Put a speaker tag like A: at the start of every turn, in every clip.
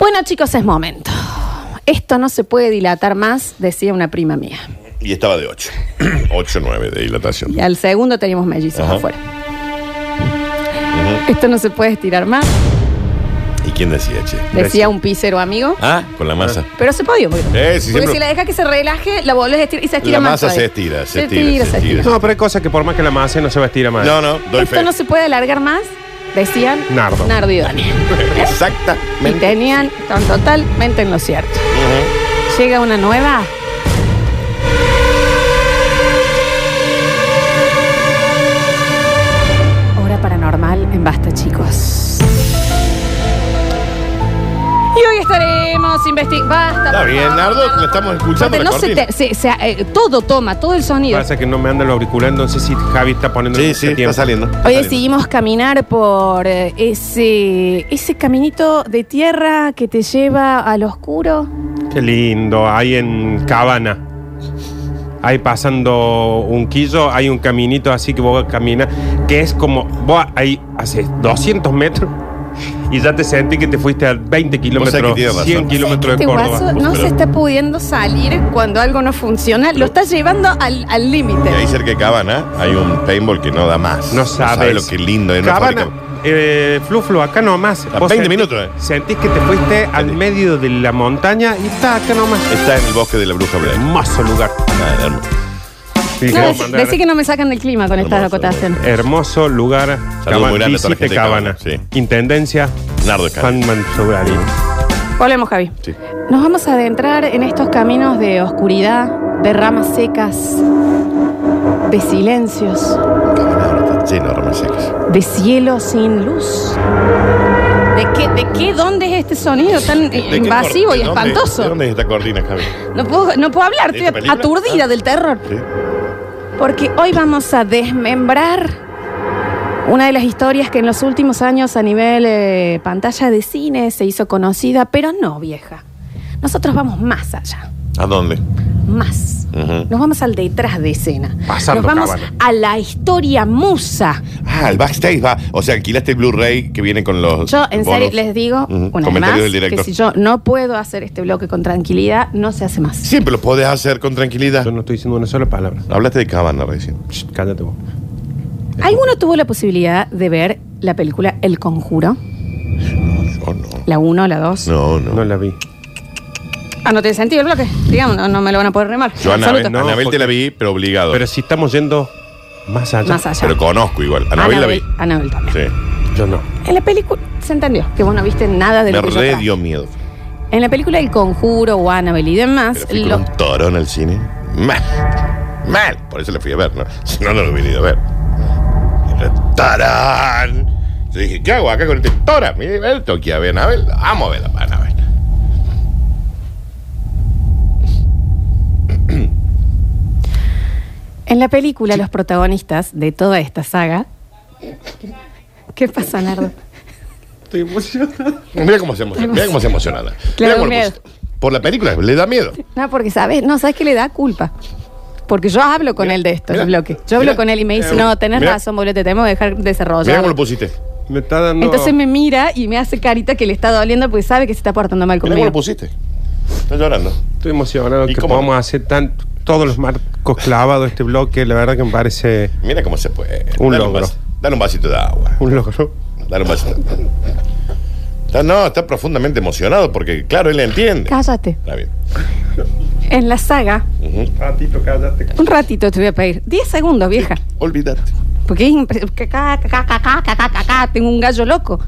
A: Bueno, chicos, es momento. Esto no se puede dilatar más, decía una prima mía.
B: Y estaba de 8. 8, 9 de dilatación.
A: Y al segundo teníamos mellizos
B: Ajá.
A: afuera. Esto no se puede estirar más,
B: ¿Y quién decía, che?
A: decía un pisero amigo.
B: Ah, con la masa.
A: Pero se podía, porque,
B: Eh, sí,
A: porque
B: siempre-
A: si la dejas que se relaje, la volvés a estirar y se estira
B: La
A: más.
B: masa
A: todavía.
B: se estira, se estira, se
A: se
B: estira.
A: estira.
C: No, pero hay cosas que por más que la masa no se va a estirar más.
B: No, no, doy
A: Esto
B: fe.
A: no se puede alargar más, decían
C: Nardo.
A: Nardo y Daniel. Y
B: Exactamente.
A: tenían, están totalmente en lo cierto. Llega una nueva. Hora paranormal en Basta, chicos. Y hoy estaremos investigando. Basta.
B: Está
A: por
B: bien,
A: favor,
B: Nardo, lo estamos escuchando.
A: Porque
B: la
A: no se
B: cortina.
A: te- se- se- eh, todo toma, todo el sonido.
C: Pasa que no me anda el auricular, entonces si Javi está poniendo
B: Sí,
C: ese
B: sí, está
C: tiempo.
B: saliendo.
A: Hoy
B: está saliendo.
A: decidimos caminar por eh, ese, ese caminito de tierra que te lleva al oscuro.
C: Qué lindo, ahí en Cabana. Ahí pasando un quillo, hay un caminito así que vos caminas, que es como, vos ahí haces 200 metros y ya te sentí que te fuiste a 20
B: sabés que tiene
C: kilómetros,
B: razón.
C: 100 kilómetros de
A: Este guaso
C: Córdoba.
A: no se está pudiendo salir cuando algo no funciona, lo está llevando al al límite.
B: Y ahí cerca de Cabana hay un paintball que no da más.
C: No sabes.
B: lo que lindo es. una
C: Cabana,
B: fábrica.
C: eh, Flu Flu, acá nomás.
B: A
C: Vos
B: 20
C: sentís-
B: minutos, eh.
C: Sentís que te fuiste
B: Ah,
C: al medio de la montaña y está acá nomás.
B: Está en el bosque de la Bruja Blanca.
C: Hermoso lugar.
B: Ah, hermoso.
C: Sí,
A: No,
C: quiero
A: decí,
C: mandar-
A: decí que no me sacan del clima con estas
B: Hermoso, eh.
A: acotaciones.
C: Hermoso lugar. Cabana,
B: muy grande a toda la
C: visite
B: gente de
C: Cabana.
B: Cabana,
C: Intendencia.
B: Nardo Escalante.
C: Juan Mansobralín.
A: Volvemos, Javi.
B: Sí.
A: Nos vamos a adentrar en estos caminos de oscuridad, de ramas secas, de silencios,
B: Cabana ahora está lleno de ramas secas.
A: de cielo sin luz. ¿De qué, de qué dónde es este sonido tan
B: ¿De qué
A: invasivo
B: cor-
A: y
B: de dónde- ¿De
A: espantoso?
B: dónde es esta cortina, Javi?
A: No puedo, no puedo hablar,
B: ¿De
A: estoy
B: esta película?
A: aturdida
B: Ah.
A: del terror.
B: Sí.
A: Porque hoy vamos a desmembrar una de las historias que en los últimos años a nivel eh, pantalla de cine se hizo conocida, pero no vieja. Nosotros vamos más allá,
B: ¿A dónde?
A: más.
B: Ujú.
A: Nos vamos al detrás de escena.
C: Pasando
A: Nos vamos
C: cábala.
A: a la historia musa.
B: Ah, el backstage va. O sea, alquilaste el Blu-ray que viene con los.
A: Yo en serio
B: bonus.
A: les digo
B: Ujú.
A: una vez más
B: Comentarios del
A: que
B: director.
A: si yo no puedo hacer este bloque con tranquilidad, no se hace más.
B: Siempre lo podés hacer con tranquilidad.
C: Yo no estoy diciendo una sola palabra.
B: Hablaste de Cabana recién.
C: Shh, cállate vos.
A: ¿Alguno tuvo la posibilidad de ver la película El Conjuro?
B: Oh, no.
A: La 1, la 2.
B: No, no.
C: No la vi.
A: Ah, no tiene sentido el bloque. Digamos, no, no me lo van a poder remar.
B: Yo a Anabel,
A: Absoluto.
C: no.
B: Anabel te
C: porque-
B: la vi, pero obligado.
C: Pero
B: Pero,
C: si estamos yendo más allá.
A: Más allá.
B: conozco igual. Anabel, la vi.
A: Anabel también.
B: Sí.
C: Yo no.
A: En la película, se entendió, que vos no viste nada de
B: Me
A: lo que yo
B: re
A: traje.
B: dio miedo.
A: En la película El Conjuro o Anabel y demás,
B: Pero fui
A: lo-
B: con un toro en el cine. Mal. Mal. Por eso la fui a ver, ¿no? Si no, no lo hubiera ido a ver. Era ¡Tarán! Yo dije, ¿qué hago acá con este tora? Mire, ver, tengo que ir a ver a Anabel. Vamos a ver a Anabel.
A: en la película los protagonistas de toda esta saga. ¿Qué pasa, Nardo?
C: Estoy emocionado.
B: Mira cómo se emociona. Mira cómo se emociona. Ana.
A: Le
B: Mira
A: da
B: cómo le
A: miedo.
B: puso- Por la película, le da miedo.
A: No, porque sabes, no, sabes que le da culpa. Porque yo hablo con él de esto,
B: mirá,
A: el bloque. Yo hablo
B: mirá.
A: con él y me dice, no, tenés
B: Mirá.
A: razón, boludo, te tenemos que dejar desarrollar.
B: Mira cómo lo pusiste.
C: Me está dando.
A: Entonces me mira y me hace carita que le está doliendo porque sabe que se está portando mal
B: Mira cómo
A: conmigo.
B: lo pusiste. Está llorando.
C: Estoy emocionado
B: ¿Y
C: que
B: cómo?
C: podamos hacer tan, todos los marcos clavados este bloque. La verdad que me parece
B: Mira cómo se puede.
C: Un
B: Dale
C: logro.
B: vas- Dale un vasito de agua.
C: un logro.
B: Dale un vasito. Está, no, está profundamente emocionado porque, claro, él entiende.
A: Cállate.
B: Está bien.
A: En la saga,
B: Ujú.
C: Ratito, cállate.
A: un ratito te voy a pedir. 10 segundos, vieja.
B: Olvídate.
A: Porque es impre- cacá, cacá, cacá, cacá, cacá, tengo un gallo loco.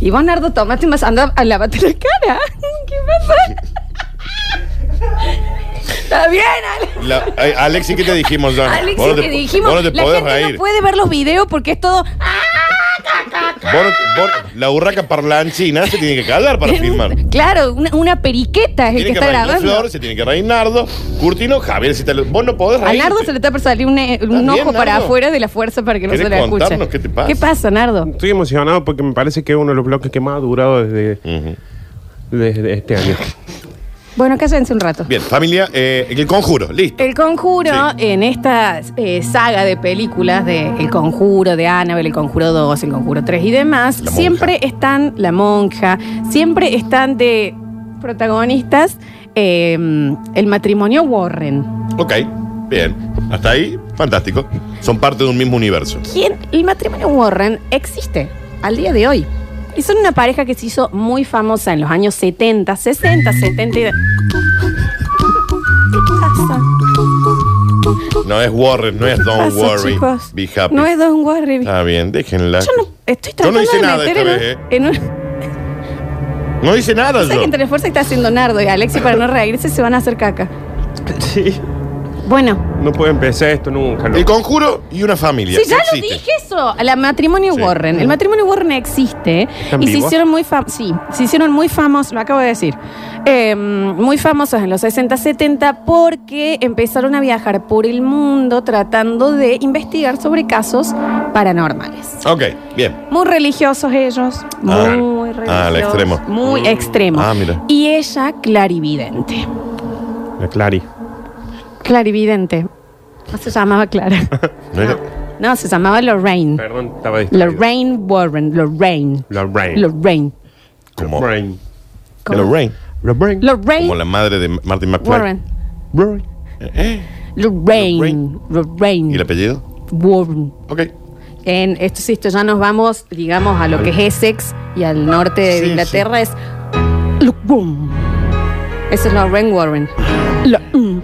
A: Y vos, Nardo, tomate más, anda a lavarte la cara. ¿Qué pasa? Está bien, Ale.
B: La- eh, Alexi, ¿qué te dijimos ya?
A: Alexis,
B: Vos no te-
A: que dijimos,
B: Vos no te
A: la
B: podés
A: gente
B: reír.
A: no puede ver los videos porque es todo... ah,
B: Vos no te- vos- la urraca parlanchina se tiene que callar para filmar.
A: Claro, una, una periqueta es el que,
B: Tiene que
A: está
B: reír
A: grabando.
B: Flor, se tiene que reír Nardo, Curtino, Javier. Si te lo- vos no podés
A: A
B: reír.
A: Nardo se le está por salir un, eh, un
B: ¿Estás
A: ojo
B: bien,
A: para
B: Nardo?
A: afuera de la fuerza para que no se
B: ¿Querés
A: la escuche.
B: contarnos qué te pasa?
A: ¿Qué pasa, Nardo?
C: Estoy emocionado porque me parece que es uno de los bloques que más ha durado desde,
B: Ujú.
C: desde este año.
A: Bueno, cállense un rato.
B: Bien, familia, eh, el conjuro, listo.
A: El Conjuro, en esta eh, saga de películas de El Conjuro, de Annabelle, El Conjuro 2, El Conjuro 3 y demás,
B: La monja.
A: siempre están la monja, siempre están de protagonistas eh, el matrimonio Warren.
B: Ok, bien. Hasta ahí, fantástico. Son parte de un mismo universo.
A: ¿Quién? El matrimonio Warren existe al día de hoy. Y son una pareja que se hizo muy famosa en los años 70, 60, 70 y... de- ¿Qué pasa?
B: No es Warren, no es Don't
A: pasa,
B: Worry,
A: chicos?
B: Be Happy.
A: No es Don Warren.
B: Está bien, déjenla.
A: Yo no estoy
B: Yo
A: tratando
B: no hice
A: de
B: nada
A: meter
B: esta
A: en
B: vez, ¿eh?
A: un- en un-
B: No dice nada
A: ¿Sabes
B: yo.
A: que entre el fuerza está haciendo Nardo y Alexi para no reírse se van a hacer caca?
C: Sí.
A: Bueno,
C: No puede empezar esto nunca.
B: El
C: loco.
B: conjuro y una familia.
A: sí, ya
B: no
A: lo
B: existe.
A: dije eso, la matrimonio
B: Sí.
A: Warren. El matrimonio Warren existe
C: ¿Están
A: y se
C: vivos?
A: hicieron muy famosos, sí, se hicieron muy famosos, lo acabo de decir, eh, muy famosos en los 60, 70 porque empezaron a viajar por el mundo tratando de investigar sobre casos paranormales.
B: Ok, bien.
A: Muy religiosos ellos, muy
B: Ah,
A: religiosos,
B: ah, al extremo.
A: muy extremos.
B: Ah, mira.
A: Y ella clarividente.
C: La Clary.
A: Clarividente. No se llamaba Clara.
B: No era-
A: No, se llamaba Lorraine.
C: Perdón, estaba distraído.
A: Lorraine Warren. Lorraine.
C: Lorraine.
A: Lorraine.
B: Como
C: Lorraine.
A: ¿Cómo?
B: Lorraine,
C: Lorraine.
B: Como
A: Lorraine
B: la madre de Martin McFly. Eh,
A: Warren.
C: Lorraine.
A: Lorraine. Lorraine.
B: ¿Y el apellido?
A: Warren.
B: Ok.
A: En esto sí, esto ya nos vamos, digamos, a lo que es Essex y al norte de
B: Sí,
A: Inglaterra es Lorraine. Eso es Lorraine Warren.
B: Ah.
A: Lorraine.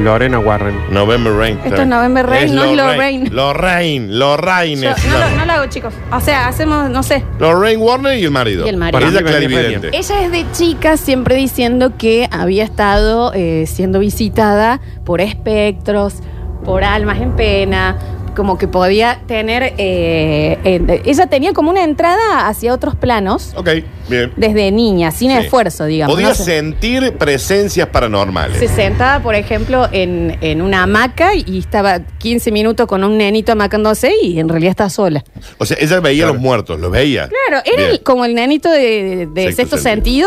C: Lorena Warren.
B: November Rain.
A: Esto es November Rain, no es Lorraine.
B: Lorraine, Lorraine.
A: Yo-
B: es
A: no,
B: la-
A: lo, no lo hago, chicos. O sea, hacemos, no sé.
B: Lorraine Warner y el marido.
A: Y el marido.
B: Ella
C: Para mí venía
B: clarividente.
A: Ella es de chica siempre diciendo que había estado eh, siendo visitada por espectros, por almas en pena, como que podía tener... eh, en- ella tenía como una entrada hacia otros planos
B: Ok, bien.
A: desde niña, sin
B: Sí.
A: esfuerzo, digamos.
B: Podía
A: ¿no? Se-
B: sentir presencias paranormales.
A: Se sentaba, por ejemplo, en, en una hamaca y estaba 15 minutos con un nenito amacándose y en realidad está sola.
B: O sea, ella veía a los muertos, los veía.
A: Claro, era
B: Bien.
A: el- como el nenito de, de- de
B: Sexto
A: sexto
B: sentido.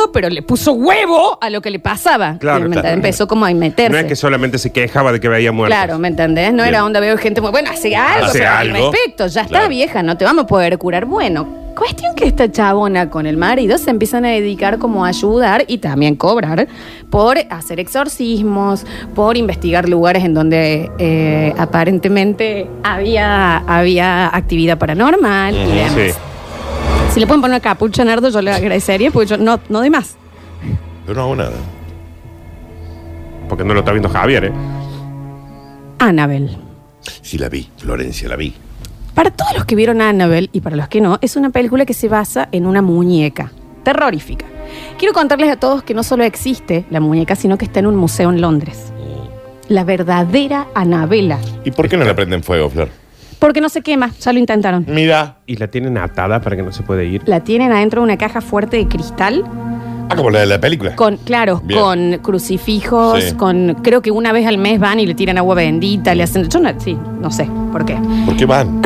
A: sentido. pero le puso huevo a lo que le pasaba.
C: Claro,
A: ¿Me entendés?
C: claro.
A: Empezó como a meterse.
C: No es que solamente se quejaba de que veía muertos.
A: Claro, ¿me entendés? No
B: Bien.
A: era onda, veo gente muy buena, hace algo,
C: Hace
A: pero
C: algo.
A: al respecto, ya está
B: Claro.
A: vieja, no te vamos a poder curar. Bueno, cuestión que esta chabona con el marido se empiezan a dedicar como a ayudar y también cobrar por hacer exorcismos, por investigar lugares en donde eh, aparentemente había, había actividad paranormal y demás.
C: Sí.
A: Si le pueden poner una capucha, Nardo, yo le agradecería, porque yo no, no doy más.
B: Yo no hago nada.
C: Porque no lo está viendo Javier, ¿eh?
A: Annabel.
B: Sí la vi, Florencia la vi.
A: Para todos los que vieron a Annabel y para los que no, es una película que se basa en una muñeca terrorífica. Quiero contarles a todos que no solo existe la muñeca, sino que está en un museo en Londres. La verdadera Anabela.
B: ¿Y por qué no le prenden fuego, Flor?
A: Porque no se quema, ya lo intentaron.
B: Mira.
C: Y la tienen atada para que no se puede ir.
A: La tienen adentro de una caja fuerte de cristal
B: Ah, como la de la película.
A: Con, claro,
B: Bien.
A: con crucifijos,
B: Sí.
A: con. Creo que una vez al mes van y le tiran agua bendita, le hacen. Yo no, sí, no sé por qué.
B: ¿Por qué van?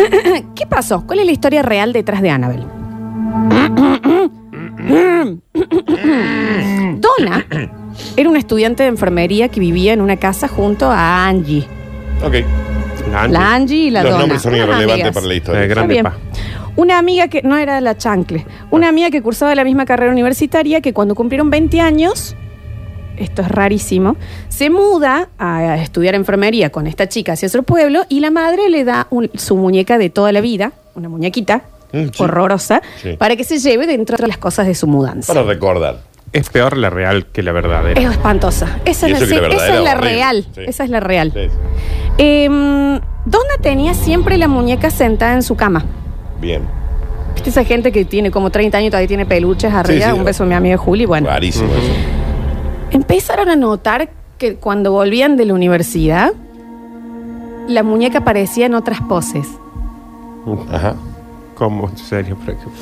A: ¿Qué pasó? ¿Cuál es la historia real detrás de Annabel? Donna era una estudiante de enfermería que vivía en una casa junto a Angie.
B: Ok.
C: La Angie.
A: La Angie y la
B: Los
A: Donna.
B: nombres son
A: unas
B: irrelevantes
A: amigas.
B: para la
C: La
B: historia.
C: gran-
A: Está
C: Grande
A: bien.
C: pa.
A: Una amiga que no era la chancle,
B: Ah.
A: una amiga que cursaba la misma carrera universitaria que cuando cumplieron 20 años, esto es rarísimo, se muda a estudiar enfermería con esta chica hacia otro pueblo y la madre le da un- su muñeca de toda la vida, una muñequita
B: Mm, sí.
A: horrorosa,
B: Sí.
A: para que se lleve dentro de las cosas de su mudanza.
B: Para recordar.
C: Es peor la real que la verdadera.
A: es espantosa. Esa
B: Y
A: es la,
B: eso que
A: esa
B: la verdadera
A: es la
B: es horrible.
A: real.
B: Sí.
A: Esa es la real.
B: Sí.
A: Em, Donna tenía siempre la muñeca sentada en su cama.
B: Bien.
A: ¿Viste esa gente que tiene como 30 años y todavía tiene peluches arriba?
B: Sí, sí.
A: Un beso a mi amiga Juli. Bueno,
B: Rarísimo eso.
A: empezaron a notar que cuando volvían de la universidad, la muñeca aparecía en otras poses.
B: Ajá.
C: ¿Cómo? serio? Por ejemplo.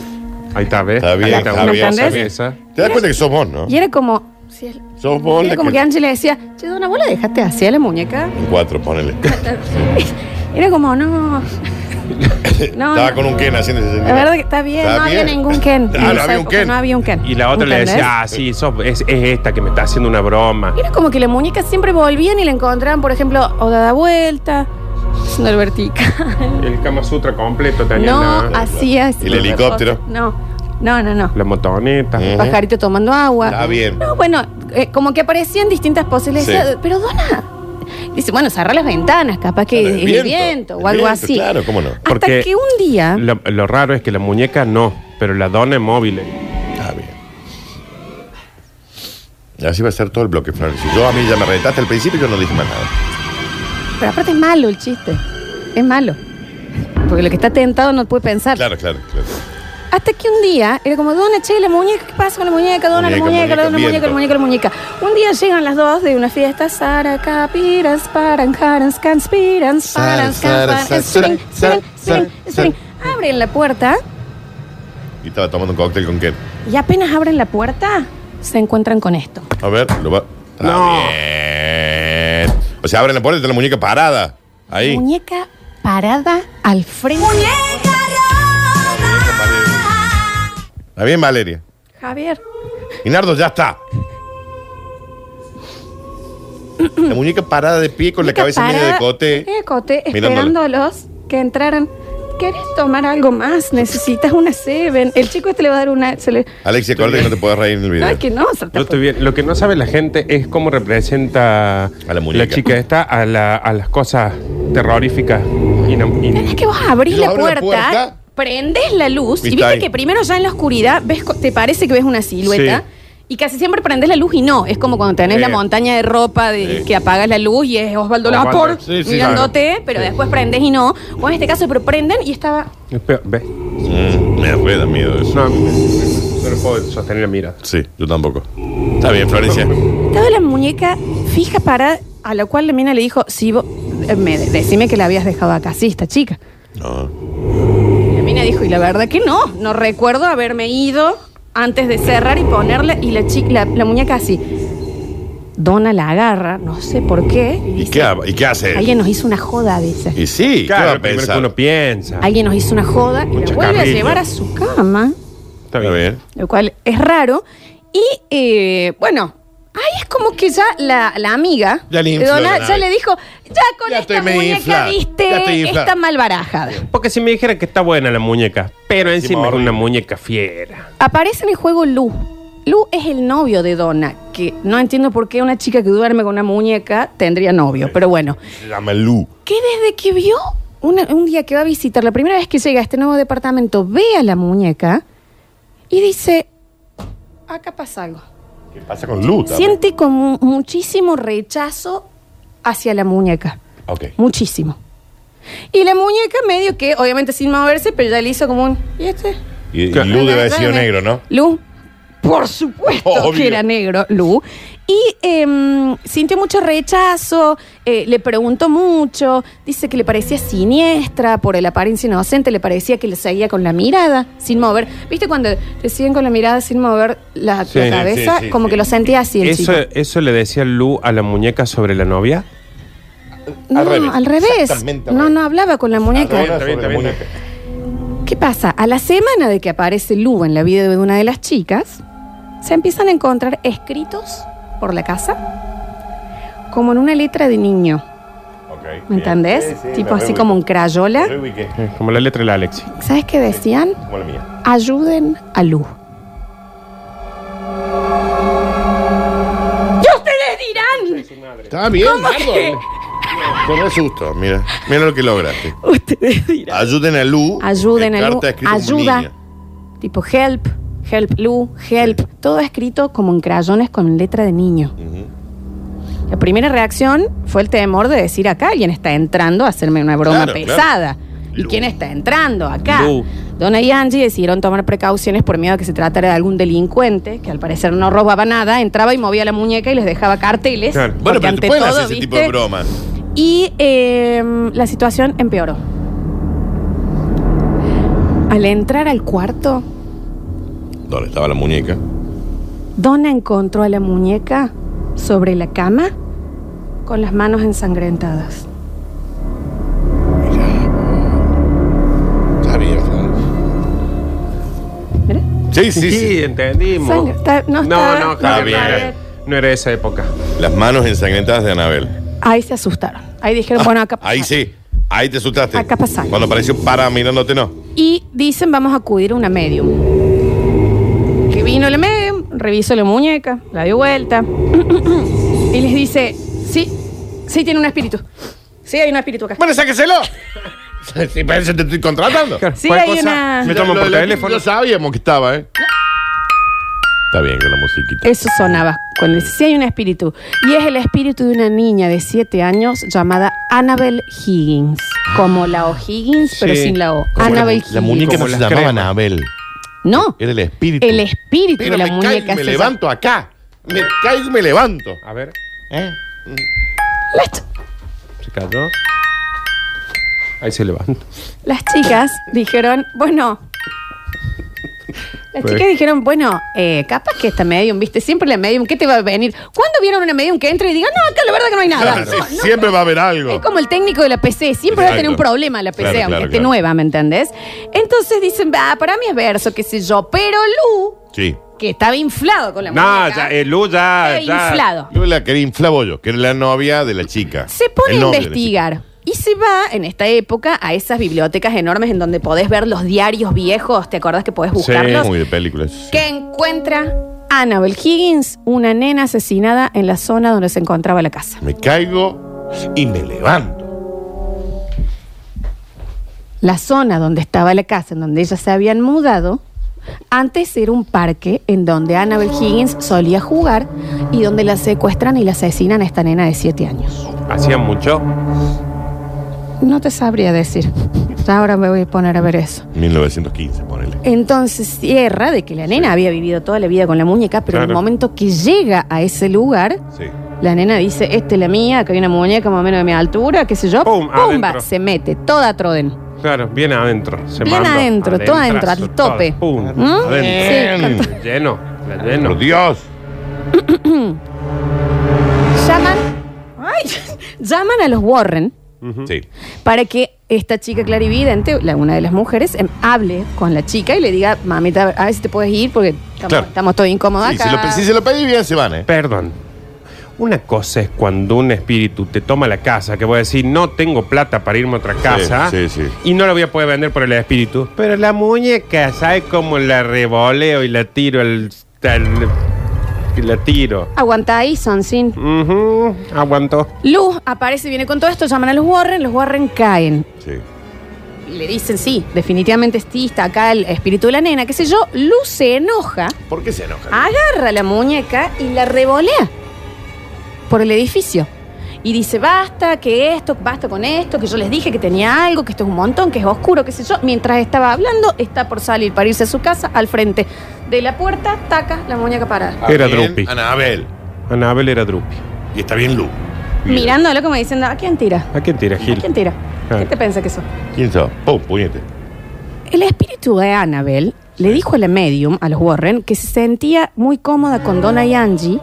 C: Ahí está, ¿ves?
B: Está bien,
C: Ahí está,
B: está
A: ¿Me
B: bien, está
A: entendés?
B: bien.
C: Esa.
B: Te das cuenta que sos vos, ¿no?
A: Y era como. sí, era
B: Sos vos la
A: como
B: que...
A: que Ángela decía, che, Dona, ¿vos la dejaste así a la muñeca?
B: En cuatro, ponele.
A: Era como, no. No,
B: Estaba
A: no.
B: con un Ken haciendo ese
A: La verdad que está bien,
B: Está
A: no había
B: bien.
A: ningún Ken.
B: Ah,
A: en
B: no
A: esa
B: había un
A: época,
B: Ken.
A: no había un Ken.
C: Y la otra le
A: ¿Entendés?
C: decía, ah, sí, sos- es, es esta que me está haciendo una
B: "Ah".
C: broma.
A: Era como que las muñecas siempre volvían y la encontraban, por ejemplo, o dada vuelta, haciendo el vertical.
C: El Kama Sutra completo tenía
A: No, ah.
C: la,
A: hacía así.
B: El helicóptero.
A: No, no, no, no.
C: la motoneta.
B: Ujú.
A: Pajarito tomando agua.
B: Está Ah, bien.
A: No, bueno, eh, como que aparecían distintas posibilidades.
B: Sí.
A: Pero Dona, dice, bueno, cerrar las ventanas, capaz que
B: El
A: es el viento,
B: viento,
A: o
B: el
A: algo
B: viento,
A: así.
B: claro, cómo no.
A: Hasta
C: Porque
A: que un día,
C: Lo, lo raro es que la muñeca no, pero la dona es móvil.
B: Está bien. Así va a ser todo el bloque, Flores. Si yo a mí ya me retaste al principio, yo no dije más nada.
A: pero aparte es malo el chiste, es malo. Porque lo que está tentado no puede pensar.
B: Claro, claro, claro.
A: Hasta que un día, era como, Dona, che, la muñeca, ¿qué pasa con la muñeca? Dona, la
B: Muñeca,
A: muñeca, la
B: muñeca,
A: dona, la muñeca, la muñeca, la muñeca. Un día llegan las dos de una fiesta, Sara, Capiras, Paran, Harans, Canspirans, Paran,
B: Sara,
A: Canspirans,
B: Sara,
A: Spring,
B: Sara,
A: Spring, Spring,
B: Sara,
A: Spring. Abren la puerta
B: Y estaba tomando un cóctel con Ken.
A: y apenas abren la puerta, se encuentran con esto.
B: A ver, lo va. Está
C: No.
B: bien. O sea, abren la puerta y está la muñeca parada. Ahí.
A: Muñeca parada al frente.
B: Muñeca parada. Está bien, Valeria.
A: Javier,
B: Y Nardo ya está. La muñeca parada de pie con la
A: muñeca
B: cabeza medio
A: parada,
B: de cote.
A: medio de cote,
B: mirándolo.
A: esperándolos que entraran. ¿Querés tomar algo más? ¿Necesitas una Seven? El chico este le va a dar una... se le-
B: Alexia, acuérdate que no te puedes reír en el video.
A: Ay, que no, se te-
C: Yo estoy bien. Lo que no sabe la gente es cómo representa
B: A la muñeca.
C: chica esta a, la- a las cosas terroríficas. Y no- y-
A: No, Es que vos abrís
B: Yo
A: la
B: abro
A: puerta,
B: la puerta.
A: prendés la luz y
B: Viste
A: viste
B: ahí.
A: que primero ya en la oscuridad ves, co- te parece que ves una silueta.
C: Sí.
A: Y casi siempre prendés la luz y no. Es como cuando tenés
C: Eh.
A: la montaña de ropa de,
B: Sí.
A: que apagas la luz y es Osvaldo
C: Osvaldo,
A: Lapor
C: sí, sí,
A: mirándote,
C: claro.
A: pero
C: Sí.
A: después prendés y no. O en este caso, pero prenden y estaba.
C: es peor, ¿ves?
B: Mm, me re da miedo eso.
C: No, no lo puedo sostener la mirada.
B: Sí, yo tampoco. Está bien, Florencia.
A: Estaba la muñeca fija para. A lo cual la mina le dijo: Si vos. eh, me- decime que la habías dejado acá. Sí, esta chica.
B: No.
A: Y la mina dijo, y la verdad que no, no recuerdo haberme ido antes de cerrar y ponerla, y la, chi- la, la muñeca así. Donna la agarra, no sé por qué. y
B: ¿Y
A: dice,
B: qué, ha- ¿Y qué hace?
A: Alguien nos hizo una joda, dice.
B: Y sí, ¿qué va
C: Claro,
B: a
C: lo primero
B: pensar?
C: que uno piensa.
A: Alguien nos hizo una joda y la
C: Mucho
A: vuelve a
C: carrito.
A: llevar a su cama,
B: Está
C: Está bien.
B: bien.
A: lo cual es raro. Y eh, bueno, ahí es como que ya la, la amiga
B: Ya le
A: de
B: infló la
A: Donna ya
B: nave.
A: le dijo, ya con
B: Ya
A: esta
B: estoy medio
A: muñeca
B: inflada, ya estoy
A: viste,
B: inflada".
A: está mal barajada.
C: Porque si me dijera que está buena la muñeca, pero encima es
B: horrible.
C: una muñeca fiera.
A: Aparece en el juego Lu. Lu es el novio de Donna, que no entiendo por qué una chica que duerme con una muñeca tendría novio, pero bueno.
B: Se llama Lu.
A: Que desde que vio una- un día que va a visitar, la primera vez que llega a este nuevo departamento, ve a la muñeca y dice, acá pasa algo.
B: ¿Qué pasa con Lu? también?
A: Siente como muchísimo rechazo hacia la muñeca,
B: Ok.
A: muchísimo. Y la muñeca medio que, obviamente sin moverse, pero ya le hizo como un, ¿y este?
B: Y, y
C: Claro.
B: Lu debe haber sido negro, ¿no?
A: Lu, por supuesto
B: Obvio.
A: que era negro, Lu. Y em, sintió mucho rechazo, eh, le preguntó mucho, dice que le parecía siniestra por el apariencia inocente, le parecía que le seguía con la mirada sin mover. ¿Viste cuando te siguen con la mirada sin mover la,
C: Sí,
A: la cabeza?
B: sí, sí,
A: como
B: sí.
A: que lo sentía así el
C: ¿Eso,
A: chico.
C: ¿Eso le decía Lu a la muñeca sobre la novia?
A: No,
B: al
A: al
B: revés.
A: revés.
B: Exactamente al
A: No,
B: revés.
A: no hablaba con la muñeca.
B: Ahora
C: Está bien,
B: sobre
C: está bien,
B: muñeca.
A: ¿Qué pasa? A la semana de que aparece Lu en la vida de una de las chicas, se empiezan a encontrar escritos por la casa, como en una letra de niño,
B: Ok,
A: ¿me
B: bien.
A: entendés?
B: Sí, sí,
A: tipo
B: la
A: así
B: reubiqué.
A: como un
B: La
A: crayola.
B: reubiqué.
C: Eh, Como la letra de la Alexi.
A: ¿Sabes qué decían?
B: Como la mía.
A: Ayuden a Lu. ¡Y ustedes dirán!
B: Está bien, Nardo.
A: que?
B: Con el susto, mira. Mira lo que lograste.
A: Ustedes dirán.
B: Ayuden a Lu.
A: Ayuden
B: en
A: a Lu.
B: carta escrita como
A: Ayuda.
B: niña.
A: Tipo help, help Lu, help. Todo escrito como en crayones con letra de niño.
B: Ujú.
A: La primera reacción fue el temor de decir acá alguien está entrando a hacerme una broma
B: Claro,
A: pesada. ¿Y
B: Lu.
A: quién está entrando acá?
C: Lu.
A: Donna y Angie decidieron tomar precauciones por miedo a que se tratara de algún delincuente que al parecer no robaba nada, entraba y movía la muñeca y les dejaba carteles.
C: Claro.
B: Bueno,
A: porque
B: pero te
A: ante
B: pueden
A: todo,
B: hacer ese tipo de
A: ¿viste?
B: bromas.
A: Y eh, la situación empeoró. Al entrar al cuarto,
B: ¿Dónde estaba la muñeca?
A: Donna encontró a la muñeca sobre la cama con las manos ensangrentadas.
B: Sí, sí, sí.
C: entendimos.
A: Sangre, está- no
C: no,
A: está-
C: no,
A: no,
C: Javier,
B: está
C: no era-
A: bien.
C: no era esa época.
B: Las manos ensangrentadas de Anabel.
A: Ahí se asustaron. Ahí dijeron, bueno, acá
B: Ah, Ahí sí. Ahí te asustaste.
A: Acá pasa.
B: Cuando apareció para mirándote, no.
A: Y dicen, vamos a acudir a una medium. Que vino la medium, revisó la muñeca, la dio vuelta. y les dice, sí, sí tiene un espíritu. Sí hay un espíritu acá.
B: Bueno, sáqueselo. Si parece que te estoy contratando.
A: Sí,
C: ¿Cuál
A: hay una-
C: Me
B: Lo-
C: toman
B: lo-
C: por
B: lo-
C: teléfono.
B: Lo sabíamos que estaba, ¿eh? Está bien con la musiquita.
A: Eso sonaba cuando dice, sí hay un espíritu. Y es el espíritu de una niña de 7 años llamada Annabel Higgins. Como la O'Higgins, pero
C: Sí.
A: sin la O.
B: Como
A: Annabel
B: mu-
A: Higgins.
C: Como las cremas.
B: Anabel.
A: No,
B: Era el espíritu.
A: el espíritu
B: Pero
A: de la
B: me
A: muñeca.
B: caigo y me
A: se-
B: levanto acá. Me caigo y me levanto.
C: A ver,
B: ¿Eh?
A: Las-
C: se cayó. Ahí se levanta.
A: Las chicas dijeron, bueno. Las
C: Pues-
A: chicas dijeron, bueno, eh, capaz que esta medium, viste, siempre la medium, ¿qué te va a venir? ¿Cuándo vieron una medium que entra y diga, no, acá la verdad que no hay nada?
B: Sí,
A: No, Ah, no.
B: siempre va a haber algo.
A: Es como el técnico de la PC, siempre va a tener un
B: Exacto.
A: problema la PC,
B: Claro,
A: aunque
B: claro,
A: esté
B: claro.
A: nueva, ¿me entendés? Entonces dicen, ah, para mí es verso, qué sé yo, pero Lu,
B: Sí.
A: que estaba inflado con la
C: No,
A: muñeca,
C: ya, eh, Lu ya.
A: estaba
C: ya-
A: inflado.
B: Lola, que era inflabollo, que era la novia de la chica.
A: Se pone a
B: El novio de la
A: investigar y se va en esta época a esas bibliotecas enormes en donde podés ver los diarios viejos, ¿te acordás que podés
B: chica.
A: buscarlos?
B: Muy de películas. sí.
A: que encuentra Annabel Higgins, una nena asesinada en la zona donde se encontraba la casa.
B: Me caigo y me levanto.
A: La zona donde estaba la casa, en donde ellas se habían mudado, antes era un parque en donde Annabel Higgins solía jugar y donde la secuestran y la asesinan a esta nena de 7 años.
C: Hacía mucho.
A: No te sabría decir. Ya Ahora me voy a poner a ver eso.
B: 1915, ponele.
A: Entonces cierra de que la nena había vivido toda la vida con la muñeca, pero en el
C: Claro.
A: momento que llega a ese lugar,
B: Sí.
A: La nena dice, esta es la mía, acá hay una muñeca más o menos de mi altura, qué sé yo.
C: Pum,
A: ¡Pumba!
C: adentro.
A: Se mete, toda a troden.
C: Claro, bien adentro. Se
A: Bien
C: mandó.
A: adentro, todo adentro, al
C: Adentrazo, todo.
A: tope.
C: Pum,
A: ¿Mm?
C: adentro.
B: Bien.
C: Lleno, la
B: Por
C: lleno.
B: Dios.
A: Llaman, ¡ay! llaman a los Warren
B: Sí.
A: para que esta chica clarividente, la- una de las mujeres, em, hable con la chica y le diga, mamita, a ver si te puedes ir porque estamos,
B: Claro.
A: estamos todos incómodos
B: Sí,
A: acá.
B: si, lo, pe- si se lo pedí bien, se van, ¿eh?
C: Perdón. Una cosa es cuando un espíritu te toma la casa, que voy a decir, no tengo plata para irme a otra casa,
B: sí, sí.
C: y no la voy a poder vender por el espíritu. Pero la muñeca, ¿sabes cómo la revoleo y la tiro al. al- y la tiro?
A: Aguanta ahí, Sonsin.
C: Ujú, aguantó.
A: Luz aparece, viene con todo esto, llaman a los Warren, los Warren caen.
B: Sí.
A: Y le dicen, sí, definitivamente sí, está acá el espíritu de la nena, qué sé yo. Luz se enoja.
B: ¿Por qué se enojan?
A: Ah. agarra la muñeca y la revolea por el edificio. Y dice, basta, que esto, basta con esto, que yo les dije que tenía algo, que esto es un montón, que es oscuro, qué sé yo. Mientras estaba hablando, está por salir para irse a su casa, al frente de la puerta, taca la muñeca parada.
C: Era
B: Bien,
C: Drupi.
B: Anabel.
C: Anabel era Drupi.
B: Y está bien Lu.
A: Mirándolo como diciendo, ¿a quién tira?
C: ¿A quién tira,
A: ¿A
C: Gil?
A: quién tira?
C: Ah.
A: ¿Qué te piensa que eso?
B: ¿Quién sabe? Pum, puñete.
A: El espíritu de Annabel le dijo a la medium, a los Warren, que se sentía muy cómoda con Donna y Angie,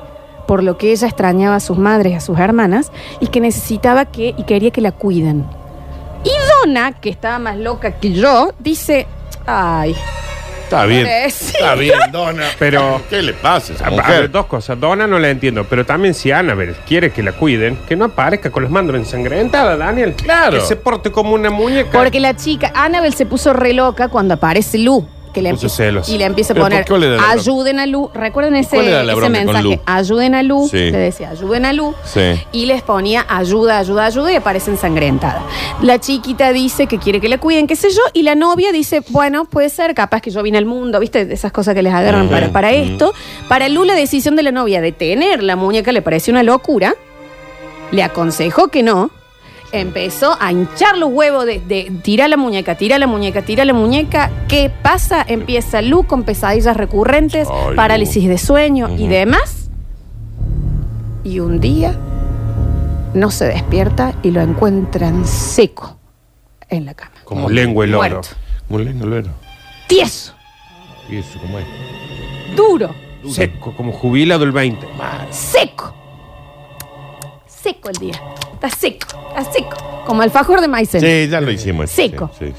A: por lo que ella extrañaba a sus madres, a sus hermanas, y que necesitaba que y quería que la cuiden. Y Donna, que estaba más loca que yo, dice, ay,
B: Está bien.
A: Pobrecita.
B: Está bien, Dona.
C: Pero-
B: ¿Qué le pasa a esa
C: A- a ver,
B: mujer?
C: dos cosas. Donna no la entiendo, pero también si Annabel quiere que la cuiden, que no aparezca con las manos ensangrentadas, Daniel.
B: Claro.
C: Que se porte como una muñeca.
A: porque la chica, Annabel se puso re loca cuando aparece Lu. Que le
C: Puso
A: empie-
C: celos.
A: Y le empieza a
B: ¿Pero por
A: poner,
B: qué le da la bronca?
A: ayuden a Lu. Recuerden ese,
B: ¿Cuál era la
A: ese
B: bronca con
A: mensaje,
B: Lu?
A: ayuden a Lu.
B: Sí.
A: Le decía, ayuden a Lu.
B: Sí.
A: y les ponía ayuda, ayuda, ayuda y aparece ensangrentada. La chiquita dice que quiere que la cuiden, qué sé yo, y la novia dice, bueno, puede ser, capaz que yo vine al mundo, ¿viste? Esas cosas que les agarran
B: Ujú,
A: para, para
B: ujú.
A: esto. Para Lu la decisión de la novia de tener la muñeca le pareció una locura, le aconsejó que no. Empezó a hinchar los huevos de, de tira la muñeca, tira la muñeca, tira la muñeca. ¿Qué pasa? Empieza Lu con pesadillas recurrentes,
B: Ay, Lu.
A: parálisis de sueño y
B: Ujú.
A: demás. Y un día no se despierta y lo encuentran seco en la cama.
C: Como lengua el oro.
A: Muerto.
B: Muy lindo, Lero.
A: Tieso,
B: ¿Y eso cómo es?
A: duro,
C: Seco, como jubilado el 20.
A: seco. Seco el día. Está seco, está seco. Como alfajor de maicena.
B: Sí, ya lo hicimos.
A: Seco.
B: Sí, sí.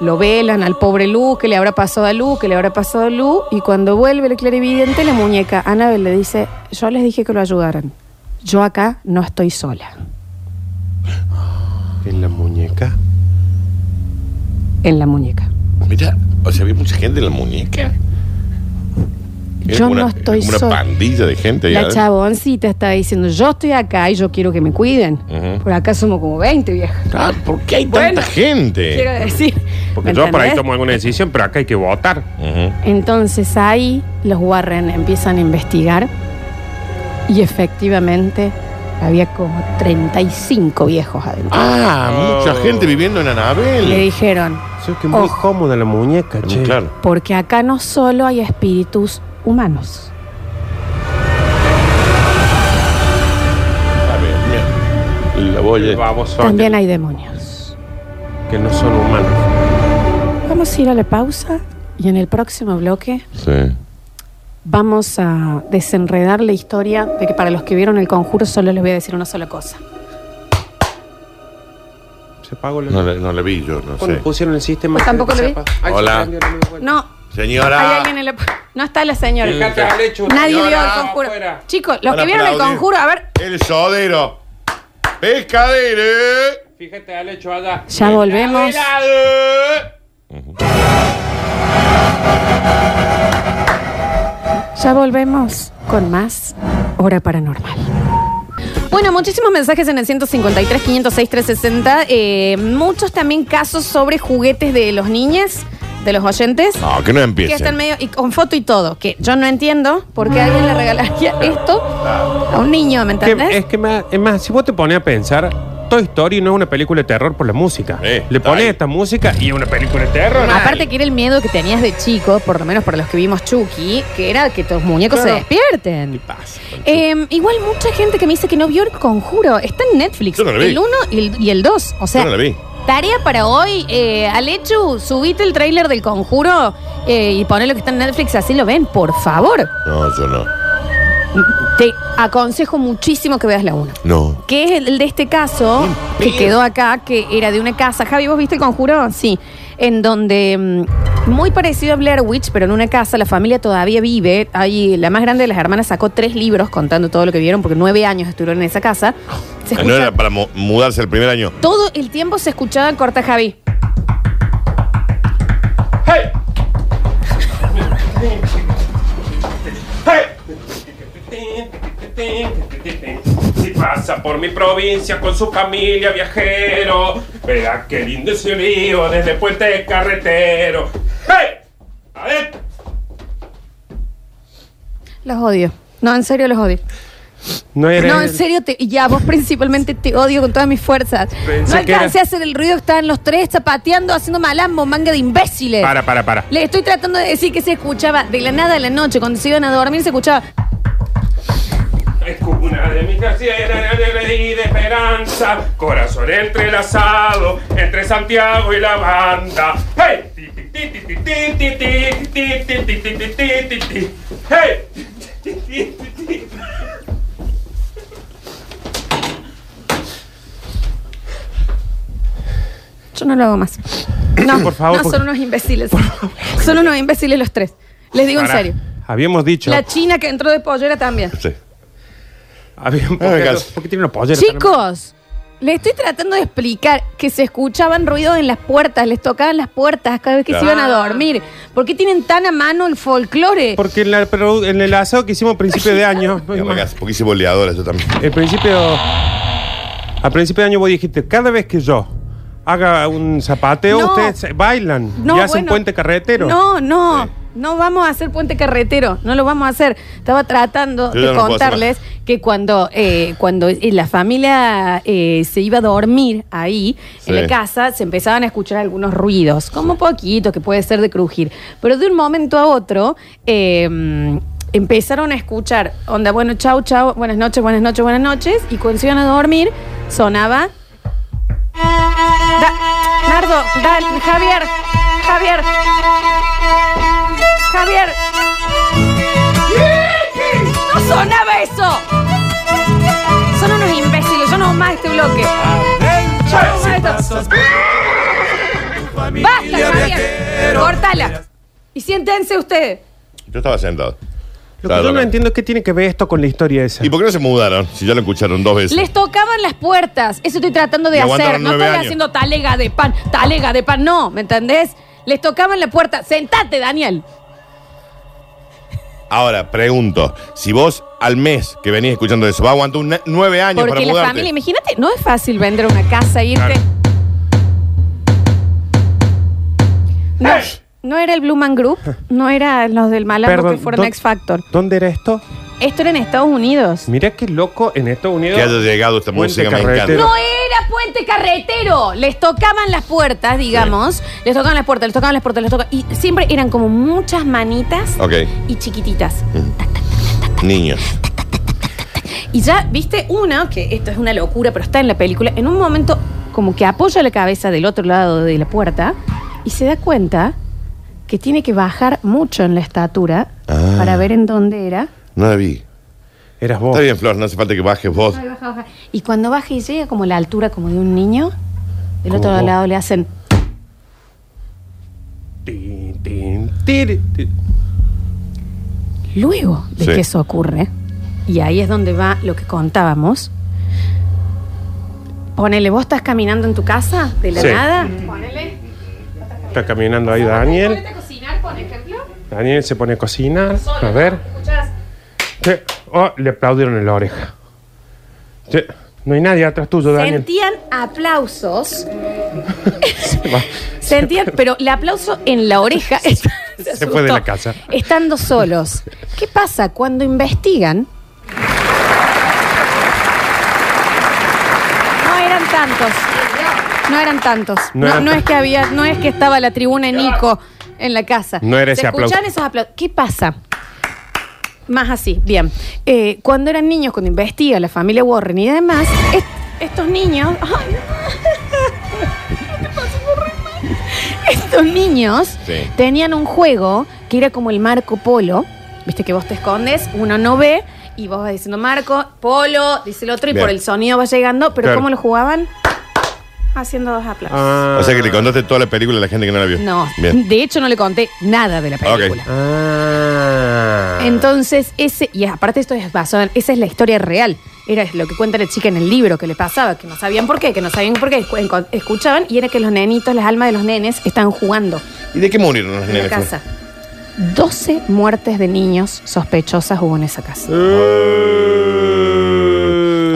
A: Lo velan al pobre Lu, que le habrá pasado a Lu, que le habrá pasado a Lu. Y cuando vuelve el clarividente, la muñeca Anabel le dice, yo les dije que lo ayudaran. Yo acá no estoy sola.
C: En la muñeca.
A: En la muñeca.
B: Mira, o sea, había mucha gente en la muñeca. Era
A: Yo
B: como
A: no
B: una-
A: estoy
B: como una
A: sola.
B: pandilla de gente. ahí
A: La
B: adentro.
A: chaboncita está diciendo, yo estoy acá y yo quiero que me cuiden.
B: Ujú.
A: Por acá somos como 20 viejas.
B: Ah, ¿Por qué hay
A: Bueno,
B: tanta gente?
A: Quiero decir.
C: Porque
A: ¿me
C: yo por ahí
A: entendés?
C: tomo alguna decisión, pero acá hay que votar.
B: Ujú.
A: Entonces ahí los Warren empiezan a investigar y efectivamente había como 35 viejos adentro.
B: Ah,
C: Oh.
B: mucha gente viviendo en
C: Ah.
A: Le
B: Anabel.
A: dijeron,
C: Yo que muy
A: Ojo.
C: cómoda la muñeca, che.
B: Claro.
A: porque acá no solo hay espíritus humanos.
B: A ver, mira. La voy a...
C: Vamos,
A: También hay demonios.
C: que no son humanos.
A: Vamos a ir a la pausa y en el próximo bloque
B: Sí.
A: vamos a desenredar la historia de que para los que vieron el conjuro solo les voy a decir una sola cosa.
C: Se pagó la
B: No la, no la vi yo, no
C: Bueno,
B: sé.
C: pusieron el sistema.
A: Pues tampoco
C: que
A: lo
C: se
A: vi.
C: apaga. Ay, se
B: Hola.
C: prendió la luz, bueno.
A: No, hay
B: Señora.
A: alguien en la... No está la señora.
C: Dejate al hecho,
A: Nadie
C: señora,
A: vio el conjuro.
C: afuera.
A: Chicos, los
B: Van a
A: que vieron el
B: aplaudir.
A: conjuro, a ver,
B: El sodero. Pescadero.
C: Fíjate al hecho allá.
A: ya volvemos. Ya volvemos con más Hora Paranormal. Bueno, muchísimos mensajes en el 153, 506, 360. eh, muchos también casos sobre juguetes de los niños, de los oyentes.
B: No, que
A: Que
B: no
A: están
B: empiecen.
A: medio. y con foto y todo. Que yo no entiendo por qué alguien le regalaría esto a un niño, ¿me
C: Que-
A: entendés?
C: es que más, es más, si vos te pones a pensar, Toy Story no es una película de terror por la música.
B: Eh,
C: Le
B: está
C: pones
B: ahí.
C: esta música y es una película de terror.
A: Aparte que era el miedo que tenías de chico, por lo menos para los que vimos Chucky, que era que tus muñecos
C: Claro.
A: se despierten.
B: pasa?
A: Eh, igual mucha gente que me dice que no vio el conjuro. Está en Netflix.
B: Yo no la vi.
A: El 1 y el- y el 2. O sea,
B: Yo no la vi.
A: tarea para hoy. Eh, Alechu, subite el tráiler del conjuro eh, y poné lo que está en Netflix, así lo ven, por favor.
B: No, yo no.
A: Te aconsejo muchísimo que veas la 1.
B: No.
A: Que es el de este caso que quedó acá, que era de una casa. Javi, ¿vos viste el conjuro? Sí. En donde, mm, muy parecido a Blair Witch, pero en una casa, la familia todavía vive. Ahí, la más grande de las hermanas sacó tres libros contando todo lo que vieron, porque nueve años estuvieron en esa casa. Se
B: No
A: escucha-
B: era para mu- mudarse el primer año.
A: Todo el tiempo se escuchaba corta Javi.
C: ¡Hey! ¡Hey! Si pasa por mi provincia con su familia viajero, verá qué lindo es el río desde Puente Carretero. ¡Hey! ¡Adentro!
A: Los odio. No, en serio los odio.
C: No era.
A: No, en serio, te, y a vos principalmente te odio con todas mis fuerzas.
C: Pensé
A: no
C: que era-
A: alcancé a hacer el ruido que estaban los tres zapateando, haciendo malambo, manga de imbéciles.
C: Para, para, para.
A: Le estoy tratando de decir que se escuchaba de la nada a la noche, cuando se iban a dormir, se escuchaba.
C: Es como una de mis nacieras de esperanza, corazón entrelazado entre Santiago y la banda. ¡Hey! ¡Hey!
A: Yo no lo hago más. No,
C: Por favor,
A: no,
C: porque-
A: son unos imbéciles. Son unos imbéciles los tres. Les digo en serio.
C: Habíamos dicho.
A: La china que entró de pollera también.
B: Sí.
C: Habíamos,
B: Ah, me
C: porque,
B: canso.
C: porque tiene una pollera.
A: Chicos, les estoy tratando de explicar que se escuchaban ruidos en las puertas, les tocaban las puertas cada vez que se
B: Claro.
A: iban a dormir. ¿Por qué tienen tan a mano el folclore?
C: Porque en, la produ- en el asado que hicimos a principio de año. no hay
B: Mira,
C: más.
B: Porque porque hice boleadora yo también.
C: El principio. A principio de año vos dijiste, cada vez que yo haga un zapateo,
A: No.
C: ustedes se- bailan
A: No,
C: y hacen
A: bueno.
C: puente carretero.
A: No, no. No vamos a hacer puente carretero, no lo vamos a hacer. Estaba tratando
B: Yo ya
A: de
B: no puedo
A: contarles que cuando, eh, cuando eh, la familia eh, se iba a dormir ahí,
B: Sí.
A: en la casa, se empezaban a escuchar algunos ruidos, como poquitos, que puede ser de crujir. Pero de un momento a otro, eh, empezaron a escuchar, onda, bueno, chau, chau, buenas noches, buenas noches, buenas noches. Y cuando se iban a dormir, sonaba... Da- Nardo, Dan, Javier, Javier, Javier. ¡No sonaba eso! Son unos imbéciles, yo no hago más este bloque. No hago más esto. ¡Basta, Javier! ¡Cortala! Y siéntense ustedes.
B: Yo estaba sentado.
C: Lo que
B: Estaba
C: yo no
B: tocando.
C: entiendo es qué tiene que ver esto con la historia esa.
B: ¿Y por qué no se mudaron? Si ya lo escucharon dos veces.
A: Les tocaban las puertas. Eso estoy tratando de
B: Y
A: hacer.
B: aguantaron
A: No
B: nueve
A: estoy
B: años.
A: haciendo talega de pan, talega de pan. No, ¿me entendés? Les tocaban la puerta. Sentate, Daniel.
B: Ahora, pregunto, si vos al mes que venís escuchando eso, vas a aguantar un- nueve años para
A: Porque la
B: mudarte.
A: familia, imagínate, no es fácil vender una casa, irte.
B: Claro.
A: No,
B: ¡Ey!
A: no era el Blue Man Group, no era los del Malambo que fueron
C: ¿dó-
A: X Factor.
C: ¿Dónde era esto?
A: Esto era en Estados Unidos.
C: Mirá qué loco en Estados Unidos.
B: Que haya llegado esta
C: Puente
B: música, me
C: carretero.
B: encanta.
A: No era puente carretero. Les tocaban las puertas, digamos. Les tocaban las puertas, les tocaban las puertas, les tocaban. Y siempre eran como muchas manitas
B: Ok,
A: y chiquititas.
B: niños.
A: Y ya, viste, una, que esto es una locura, pero está en la película, en un momento como que apoya la cabeza del otro lado de la puerta y se da cuenta que tiene que bajar mucho en la estatura
B: Ah.
A: para ver en dónde era.
B: No la vi.
C: Eras vos.
B: Está bien, Flor, no hace falta que bajes vos.
A: Ay, baja, baja. Y cuando baja y llega como a la altura como de un niño, del
C: Como
A: otro
C: vos.
A: lado le hacen...
C: Tin, tin, tiri, ti.
A: Luego de
B: Sí.
A: que eso ocurre, y ahí es donde va lo que contábamos, ponele, vos estás caminando en tu casa de la
C: Sí.
A: nada.
C: Está caminando ahí Daniel.
A: cocinar, por ejemplo?
C: Daniel se pone a cocinar. A ver. Che, Oh, le aplaudieron en la oreja. Che, No hay nadie atrás tuyo, Daniel.
A: Sentían aplausos,
C: Va.
A: sentían, pero el aplauso en la oreja.
C: Se fue de la casa.
A: Estando solos. ¿Qué pasa cuando investigan? No eran tantos. No eran tantos.
C: No
A: No,
C: eran
A: no
C: tan-
A: es que había, no es que estaba la tribuna en Nico en la casa.
C: No era
A: Se
C: ese aplauso.
A: escuchaban esos aplausos. ¿Qué pasa? Más así, bien. Eh, cuando eran niños, cuando investiga la familia Warren y demás, est- estos niños. Ay, Estos niños
B: Sí.
A: tenían un juego que era como el Marco Polo. Viste que vos te escondes, uno no ve, y vos vas diciendo Marco, Polo, dice el otro, y
B: Bien.
A: por el sonido va llegando. Pero
C: Claro.
A: ¿cómo lo jugaban? Haciendo dos aplausos.
C: Ah.
B: O sea que le contaste toda la película a la gente que no la vio.
A: No,
B: Bien.
A: de hecho no le conté nada de la película.
C: Ah.
A: Entonces, ese, y aparte esto es basado en- esa es la historia real. Era lo que cuenta la chica en el libro que le pasaba, que no sabían por qué, que no sabían por qué, escu- enco- escuchaban, y era que los nenitos, las almas de los nenes, están jugando
B: ¿Y de qué murieron los
A: en la
B: nenes?
A: casa. 12 muertes de niños sospechosas hubo en esa casa.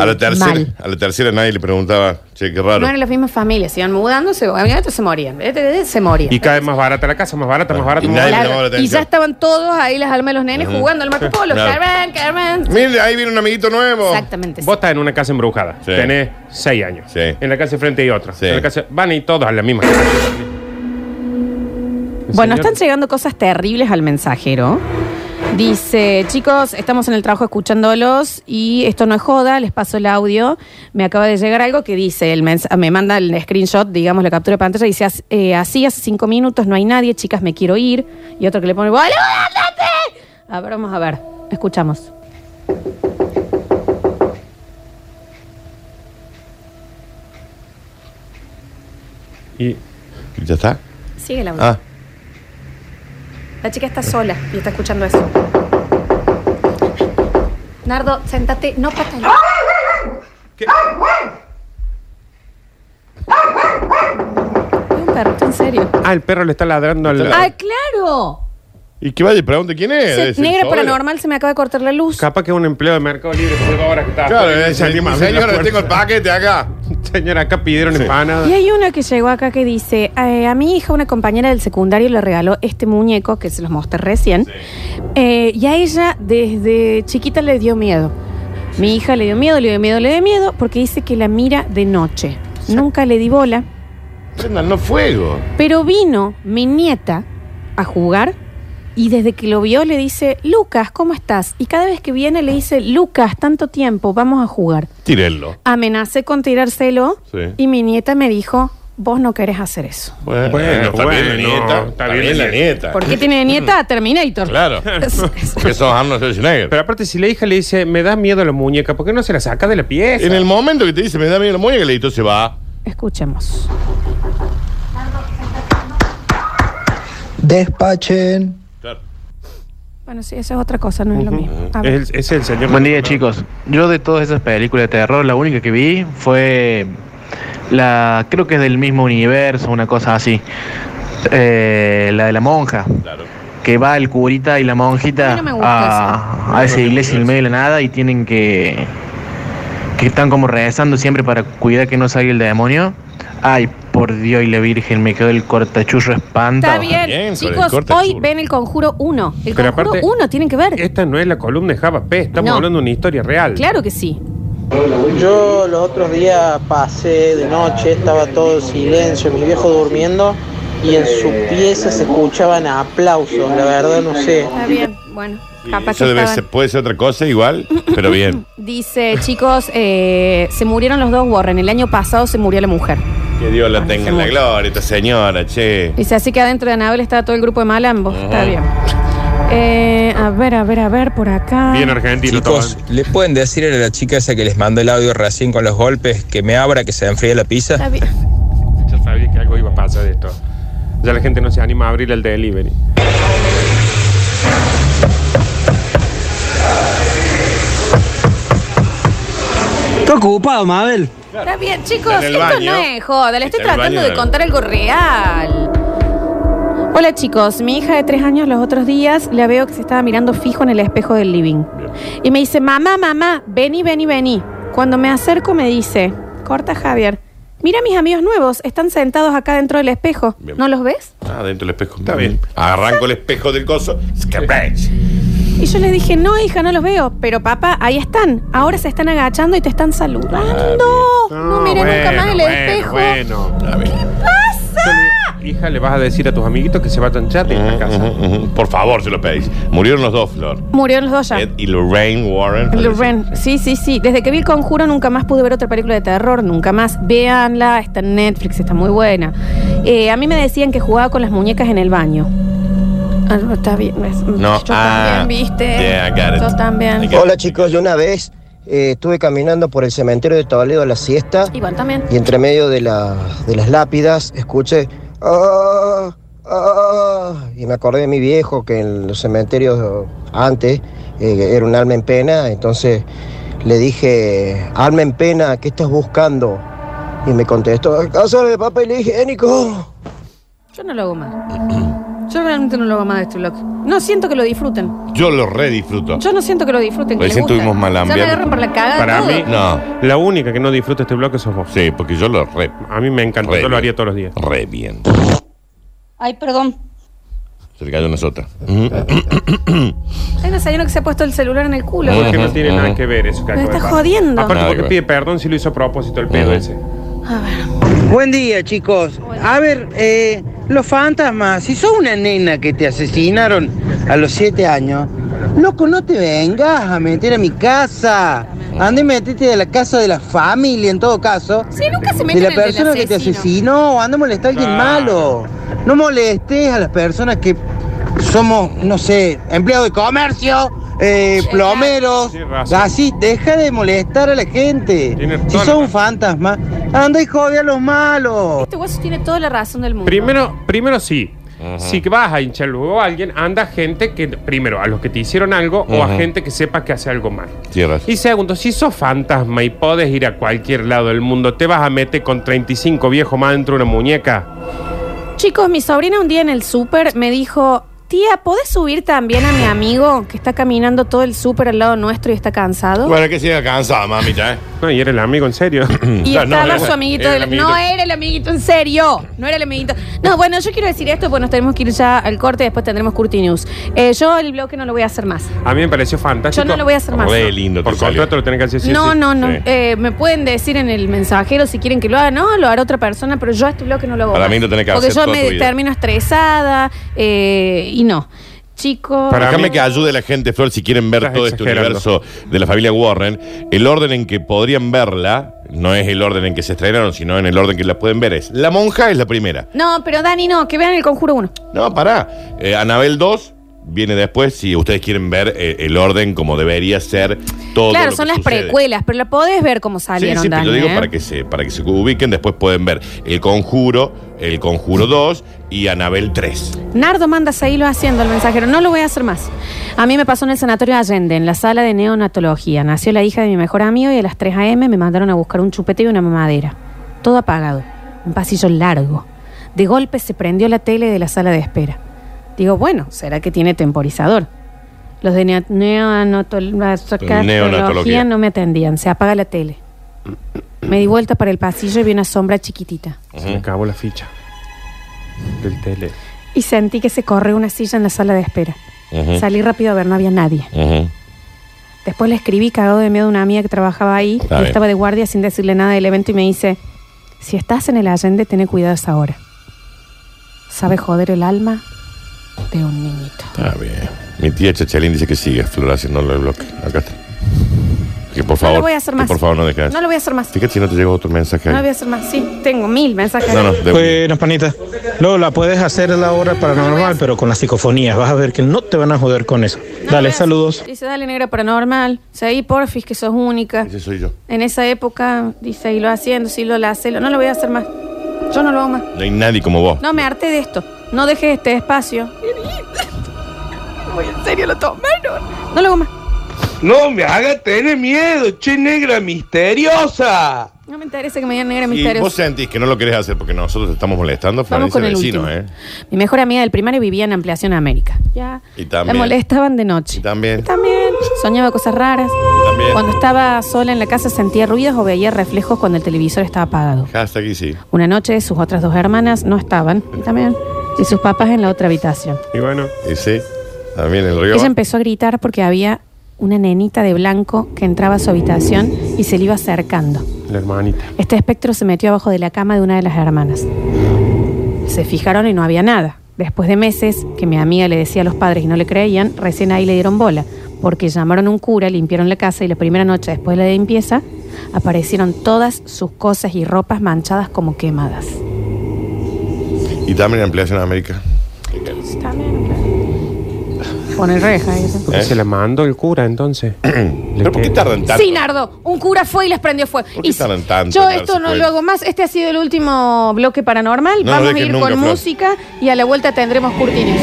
B: A la tercera,
A: Mal.
B: a la tercera nadie le preguntaba, che, qué raro.
A: No eran las mismas familias, se iban mudando, se, se morían, ¿eh? se morían.
C: Y cada vez más barata la casa, más barata, más barata.
B: Y
C: más
B: nadie-
C: barata.
A: Claro,
B: llamaba la
A: y ya
B: atención.
A: estaban todos ahí las almas de los nenes jugando al Marco Polo.
B: Claro.
A: Carmen, Carmen.
B: Mire, ahí viene un amiguito nuevo.
A: Exactamente.
C: Vos estás en una casa embrujada.
B: Sí.
C: Tenés seis años.
B: Sí.
C: En la casa de frente hay otra.
B: Sí.
C: En la casa... Van y todos a la misma casa.
A: Bueno,
C: Señor.
A: están llegando cosas terribles al mensajero. Dice, chicos, estamos en el trabajo escuchándolos y esto no es joda, les paso el audio. Me acaba de llegar algo que dice, el mens- me manda el screenshot, digamos, la captura de pantalla, dice, "As- eh, así hace cinco minutos, no hay nadie, chicas, me quiero ir. Y otro que le pone, ¡Boludo, andate! A ver, vamos a ver, escuchamos.
C: Y
B: ¿Ya está?
A: Sigue el audio.
B: Ah,
A: La chica está sola y está escuchando eso. Nardo, sentate, no patale. Hay un perrito, en serio.
C: Ah, el perro le está ladrando al.
A: ¡Ah, claro!
B: ¿y que vaya y pregunte quién es?
A: Se-
B: Debe ser
A: negra
B: sobre.
A: paranormal, se me acaba de cortar la luz.
C: Capaz que es un empleo de Mercado Libre por ahora que está.
B: Claro,
C: Porque
B: eh,
C: salimos a abrir la
B: señor, le
C: puerta.
B: tengo el paquete acá.
C: Señora, acá pidieron empanadas.
A: Y hay una que llegó acá que dice, eh, a mi hija una compañera del secundario le regaló este muñeco que se los mostré recién, Eh, y a ella desde chiquita le dio miedo. Mi hija le dio miedo, le dio miedo, le dio miedo, porque dice que la mira de noche. Nunca le di bola,
B: Prendan, no fuego.
A: pero vino mi nieta a jugar y desde que lo vio le dice, Lucas, ¿cómo estás? Y cada vez que viene le dice, Lucas, tanto tiempo, vamos a jugar.
B: Tírenlo.
A: Amenacé con tirárselo
B: Sí.
A: y mi nieta me dijo, vos no querés hacer eso.
B: Bueno,
C: Bueno,
B: está bien la
C: bueno,
B: nieta.
C: está
B: Está,
C: bien
B: bien,
C: la
B: la nieta.
A: ¿Por qué tiene de nieta a Terminator?
B: Claro. Porque sos Arnold Schwarzenegger.
C: Pero aparte, si la hija le dice, me da miedo la muñeca, ¿por qué no se la saca de la pieza?
B: en el momento que te dice, me da miedo la muñeca, el editor se va.
A: Escuchemos.
D: Despachen.
B: Claro.
A: Bueno, sí, eso es otra cosa, no es lo mismo. A ver.
C: Es, el- es el señor.
E: Buen día chicos. Yo de todas esas películas de terror, la única que vi fue la, creo que es del mismo universo, una cosa así. Eh, la de la monja,
B: Claro.
E: que va el curita y la
A: A
E: monjita
A: mí no me gusta
E: a, a esa iglesia en el medio de la nada y tienen que, que están como rezando siempre para cuidar que no salga el demonio. Ay, por Dios y la Virgen, me quedó el cortachurro espanta.
A: Está bien,
B: bien, con el
A: chicos,
B: corte
A: hoy
B: azul. este
A: ven el conjuro 1. El
C: Pero
A: conjuro
C: aparte-
A: 1 tienen que ver.
C: Esta no es la columna de Java P, estamos
A: No.
C: hablando de una historia real.
A: Claro que sí.
F: Yo los otros días pasé de noche, estaba todo silencio, mi viejo durmiendo y en su pieza se escuchaban aplausos, la verdad no sé.
A: Está bien, bueno, capaz
B: Eso
A: que
B: debe
A: estaban-
B: ser- puede ser otra cosa igual, pero bien.
A: Dice, chicos, eh, se murieron los dos Warren. El año pasado se murió la mujer.
B: Que Dios la tenga en la gloria, esta señora, che.
A: Dice, así que adentro de Anabel está todo el grupo de Malambos. Está
B: Ujú.
A: bien. Eh, a ver, a ver, a ver, por acá.
C: Bien argentino
G: Chicos,
C: todo.
G: ¿le pueden decir a la chica esa que les mandó el audio recién con los golpes que me abra, que se enfríe la
A: Está
G: pizza?
A: bien.
C: Ya sabía que algo iba a pasar de esto. Ya la gente no se anima a abrir el delivery.
H: Estoy ocupado, Mabel.
A: Está bien, chicos,
B: Está en el
A: esto
B: baño.
A: no es joda, le estoy
B: Está en el
A: tratando
B: baño
A: de contar algo real. Hola chicos, mi hija de tres años los otros días la veo que se estaba mirando fijo en el espejo del living. Y me dice, mamá, mamá, vení, vení, vení. Cuando me acerco me dice, corta Javier, mira a mis amigos nuevos, están sentados acá dentro del espejo.
B: Bien.
A: ¿No los ves?
B: Ah, dentro del espejo.
C: Está bien.
B: Arranco el espejo del coso. Scratch.
A: Y yo les dije, no, hija, no los veo. Pero papá, ahí están. Ahora se están agachando y te están
B: Ah,
A: saludando. No, mire nunca más el
C: bueno,
A: espejo.
C: Bueno.
B: A ver.
C: Hija, le vas a decir a tus amiguitos que se vayan ya de esta casa.
B: Ujú, ujú. Por favor, se lo pedís. Murieron los dos, Flor.
A: Murieron los dos ya.
B: Ed y Lorraine Warren.
A: Lorraine, sí, sí, sí. Desde que vi el conjuro nunca más pude ver otra película de terror, nunca más. Véanla, está en Netflix, está muy buena. Eh, a mí me decían que jugaba con las muñecas en el baño. Ah, no, está bien. es-
B: No,
A: Yo
B: ah,
A: también, viste.
B: yeah, I got it.
A: Yo también.
B: I got it.
I: Hola chicos, yo una vez eh, estuve caminando por el cementerio de Toledo a la siesta
A: Igual también.
I: y entre medio de, la- de las lápidas escuché "Ah, ah", y me acordé de mi viejo que en los cementerios antes eh, era un alma en pena, entonces le dije, alma en pena, ¿qué estás buscando? Y me contestó, casa de papel higiénico.
A: Yo no lo hago más. Yo realmente no lo hago más de este blog. No siento que lo disfruten.
B: Yo lo redisfruto.
A: Yo no siento que lo disfruten. Que les
B: Recién
A: gusta.
B: tuvimos
A: Ya
B: malambiar.
A: me agarran por la cagada.
C: Para
A: todo.
C: mí,
B: No.
C: La única que no disfruta este bloque sos vos.
B: Sí, porque yo lo re.
C: A mí me encanta,
B: Re
C: yo lo
B: bien.
C: haría todos los días.
B: Re bien.
J: Ay, perdón.
B: Se le cayó una sota.
A: Hay un desayuno que se ha puesto el celular en el culo.
B: Ujú.
C: Porque no tiene nada que ver eso que
A: Me
C: acaba de
A: está
C: pasar.
A: jodiendo.
C: Aparte,
B: Nada
C: porque
B: que ver.
C: pide perdón si lo hizo a propósito el pedo
B: Ujú.
C: ese.
F: Buen día chicos. A ver, eh, los fantasmas, si sos una nena que te asesinaron a los siete años, loco, no te vengas a meter a mi casa. Ande y metete a la casa de la familia en todo caso.
A: Sí, nunca se
F: De
A: meten
F: la
A: en el
F: persona que te
A: asesino.
F: asesinó, anda a molestar a alguien
C: Claro.
F: malo. No molestes a las personas que somos, no sé, empleados de comercio, eh,
A: Sí,
C: claro.
F: plomeros.
C: Tienes razón.
F: Así, deja de molestar a la gente.
C: Tienes
F: Si
C: toda la
F: son un
C: razón.
F: fantasma, anda y jode a los malos.
A: Este hueso tiene toda la razón del mundo.
C: Primero, primero sí. Si vas a hinchar luego a alguien, anda gente que, primero, a los que te hicieron algo o a
B: Ujú.
C: gente que sepa que hace algo mal.
B: Tierras.
C: Y segundo, si sos fantasma y podés ir a cualquier lado del mundo, ¿te vas a meter con 35 viejos más dentro de una muñeca?
A: Chicos, mi sobrina un día en el súper me dijo, tía, ¿podés subir también a mi amigo que está caminando todo el súper al lado nuestro y está cansado?
B: Bueno, que siga cansada, mamita, ¿eh?
C: No, y era el amigo, en serio.
A: Y
B: No, no,
A: estaba
B: era-
A: su amiguito,
B: era
A: de
B: el
A: la-
B: amiguito.
A: No era el amiguito, en serio. No era el amiguito. No, bueno, yo quiero decir esto porque nos tenemos que ir ya al corte y después tendremos Curti News. Eh, yo el bloque no lo voy a hacer más.
C: a mí me pareció fantástico.
A: Yo no lo voy a hacer más.
B: Re lindo,
C: Por
B: te salió.
C: contrato lo tenés que hacer. sí,
A: no,
C: sí.
A: no, no.
B: Sí.
A: Eh, me pueden decir en el mensajero si quieren que lo haga. No, lo hará otra persona, pero yo a este bloque no lo hago.
B: Para
A: más.
B: mí lo tenés que
A: Porque
B: hacer
A: yo
B: toda tu
A: me
B: vida.
A: termino estresada eh, y no. Chicos.
C: Para
B: Déjame
C: mí-
B: que ayude la gente, Flor, si quieren ver
C: Estás
B: todo este
C: exagerando.
B: universo de la familia Warren. El orden en que podrían verla no es el orden en que se estrenaron, sino en el orden que la pueden ver. Es La monja es la primera.
A: No, pero Dani, no, que vean el conjuro 1.
B: No, pará. Eh, Anabel 2, viene después, si ustedes quieren ver eh, el orden como debería ser todo.
A: claro,
B: lo
A: son
B: que
A: las
B: sucede.
A: precuelas, pero la podés ver cómo
B: Sí,
A: salieron,
B: sí, pero yo
A: Dani,
B: digo
A: ¿eh?
B: para que, se, para que se ubiquen, después pueden ver El Conjuro, El Conjuro 2 y Anabel 3.
A: Nardo manda seguirlo haciendo el mensajero. No lo voy a hacer más. A mí me pasó en el sanatorio de Allende, en la sala de neonatología. Nació la hija de mi mejor amigo y a las 3 a.m. me mandaron a buscar un chupete y una mamadera. Todo apagado. Un pasillo largo. De golpe se prendió la tele de la sala de espera. Digo, bueno, será que tiene temporizador. Los de neo- neonatol- neonatología
B: Neonatología.
A: no me atendían. Se apaga la tele. Me di vuelta para el pasillo y vi una sombra chiquitita.
C: Se me acabó la ficha del tele.
A: Y sentí que se corrió una silla en la sala de espera.
B: Ujú,
A: Salí rápido a ver, no había nadie.
B: ujú.
A: Después le escribí cagado de miedo a una amiga que trabajaba ahí.
B: Está
A: y
B: bien.
A: estaba de guardia sin decirle nada del evento y me dice, si estás en el Allende, ten cuidado a esa hora. Sabe joder el alma de un niñito.
B: Está bien. Mi tía Chachalín dice que siga, Floracio, no lo bloque. Acá está. Que por
A: No
B: favor,
A: lo voy a hacer
B: que
A: más.
B: por favor no dejes.
A: No lo voy a hacer más.
B: Fíjate si no te llegó otro mensaje.
A: No
B: ahí.
A: lo voy a hacer más. Sí, tengo mil mensajes.
B: No, no, de-
D: Buenas, panita. Lola, puedes hacer la obra paranormal, pero con las psicofonías. Vas a ver que no te van a joder con eso.
A: No lo voy a
D: Dale,
A: hacer.
D: saludos.
A: Dice, dale, negra paranormal. Seguí, porfis, que sos única.
B: Ese soy yo.
A: En esa época, dice, y lo haciendo, sí, lo la hace. No lo voy a hacer más. Yo no lo hago más.
B: No hay nadie como vos.
A: No me harté de esto. No dejes este espacio. Muy en serio lo tomaron. No lo hago más.
F: No me haga tener miedo, che negra misteriosa.
A: No me interesa que me digan negra
B: y
A: misteriosa.
B: vos sentís que no lo querés hacer porque nosotros te estamos molestando,
A: Vamos
B: Florencia,
A: con el
B: vecino,
A: último.
B: ¿eh?
A: Mi mejor amiga del primario vivía en Ampliación América. Ya.
B: Y también.
A: La molestaban de noche.
B: Y también.
A: También. Soñaba cosas raras.
B: también.
A: Cuando estaba sola en la casa sentía ruidos o veía reflejos cuando el televisor estaba apagado.
B: Hasta aquí sí.
A: Una noche sus otras dos hermanas no estaban. Y también. Y sus papás en la otra habitación.
C: Y bueno,
B: Y sí. También el río.
A: Ella empezó a gritar porque había una nenita de blanco que entraba a su habitación y se le iba acercando.
C: la hermanita.
A: Este espectro se metió abajo de la cama de una de las hermanas. Se fijaron y no había nada. Después de meses que mi amiga le decía a los padres y no le creían, recién ahí le dieron bola, porque llamaron a un cura, limpiaron la casa y la primera noche después de la limpieza aparecieron todas sus cosas y ropas manchadas como quemadas.
B: Y también ampliación en América.
A: Ponen reja. eso.
C: ¿Por qué
B: ¿Eh?
C: se la mandó el cura entonces?
B: ¿Pero por qué tardan tanto?
A: Sí, Nardo, un cura fue y les prendió fuego.
B: ¿Por qué
A: Y
B: tardan tanto
A: yo
B: en darse
A: esto no lo
B: cuenta?
A: hago más. Este ha sido el último bloque paranormal.
B: No lo
A: Vamos a
B: dejes
A: ir
B: nunca,
A: con
B: Flor.
A: música y a la vuelta tendremos curtinios.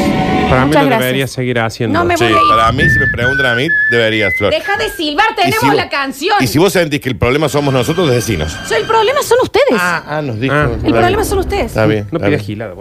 C: Para mí
A: Muchas
C: lo
A: gracias.
C: debería seguir haciendo.
A: No me
B: Sí,
A: voy a ir.
B: para mí, si me preguntan a mí, deberías, Flor.
A: Deja de silbar,
B: Y
A: tenemos
B: si vos-
A: la canción.
B: Y si vos sentís que el problema somos nosotros, decinos.
A: So, el problema son ustedes.
B: ah, nos dijo.
C: Ah.
A: el problema son ustedes.
B: Está bien.
C: No
B: está
C: pidas
B: bien.
C: gilada. vos.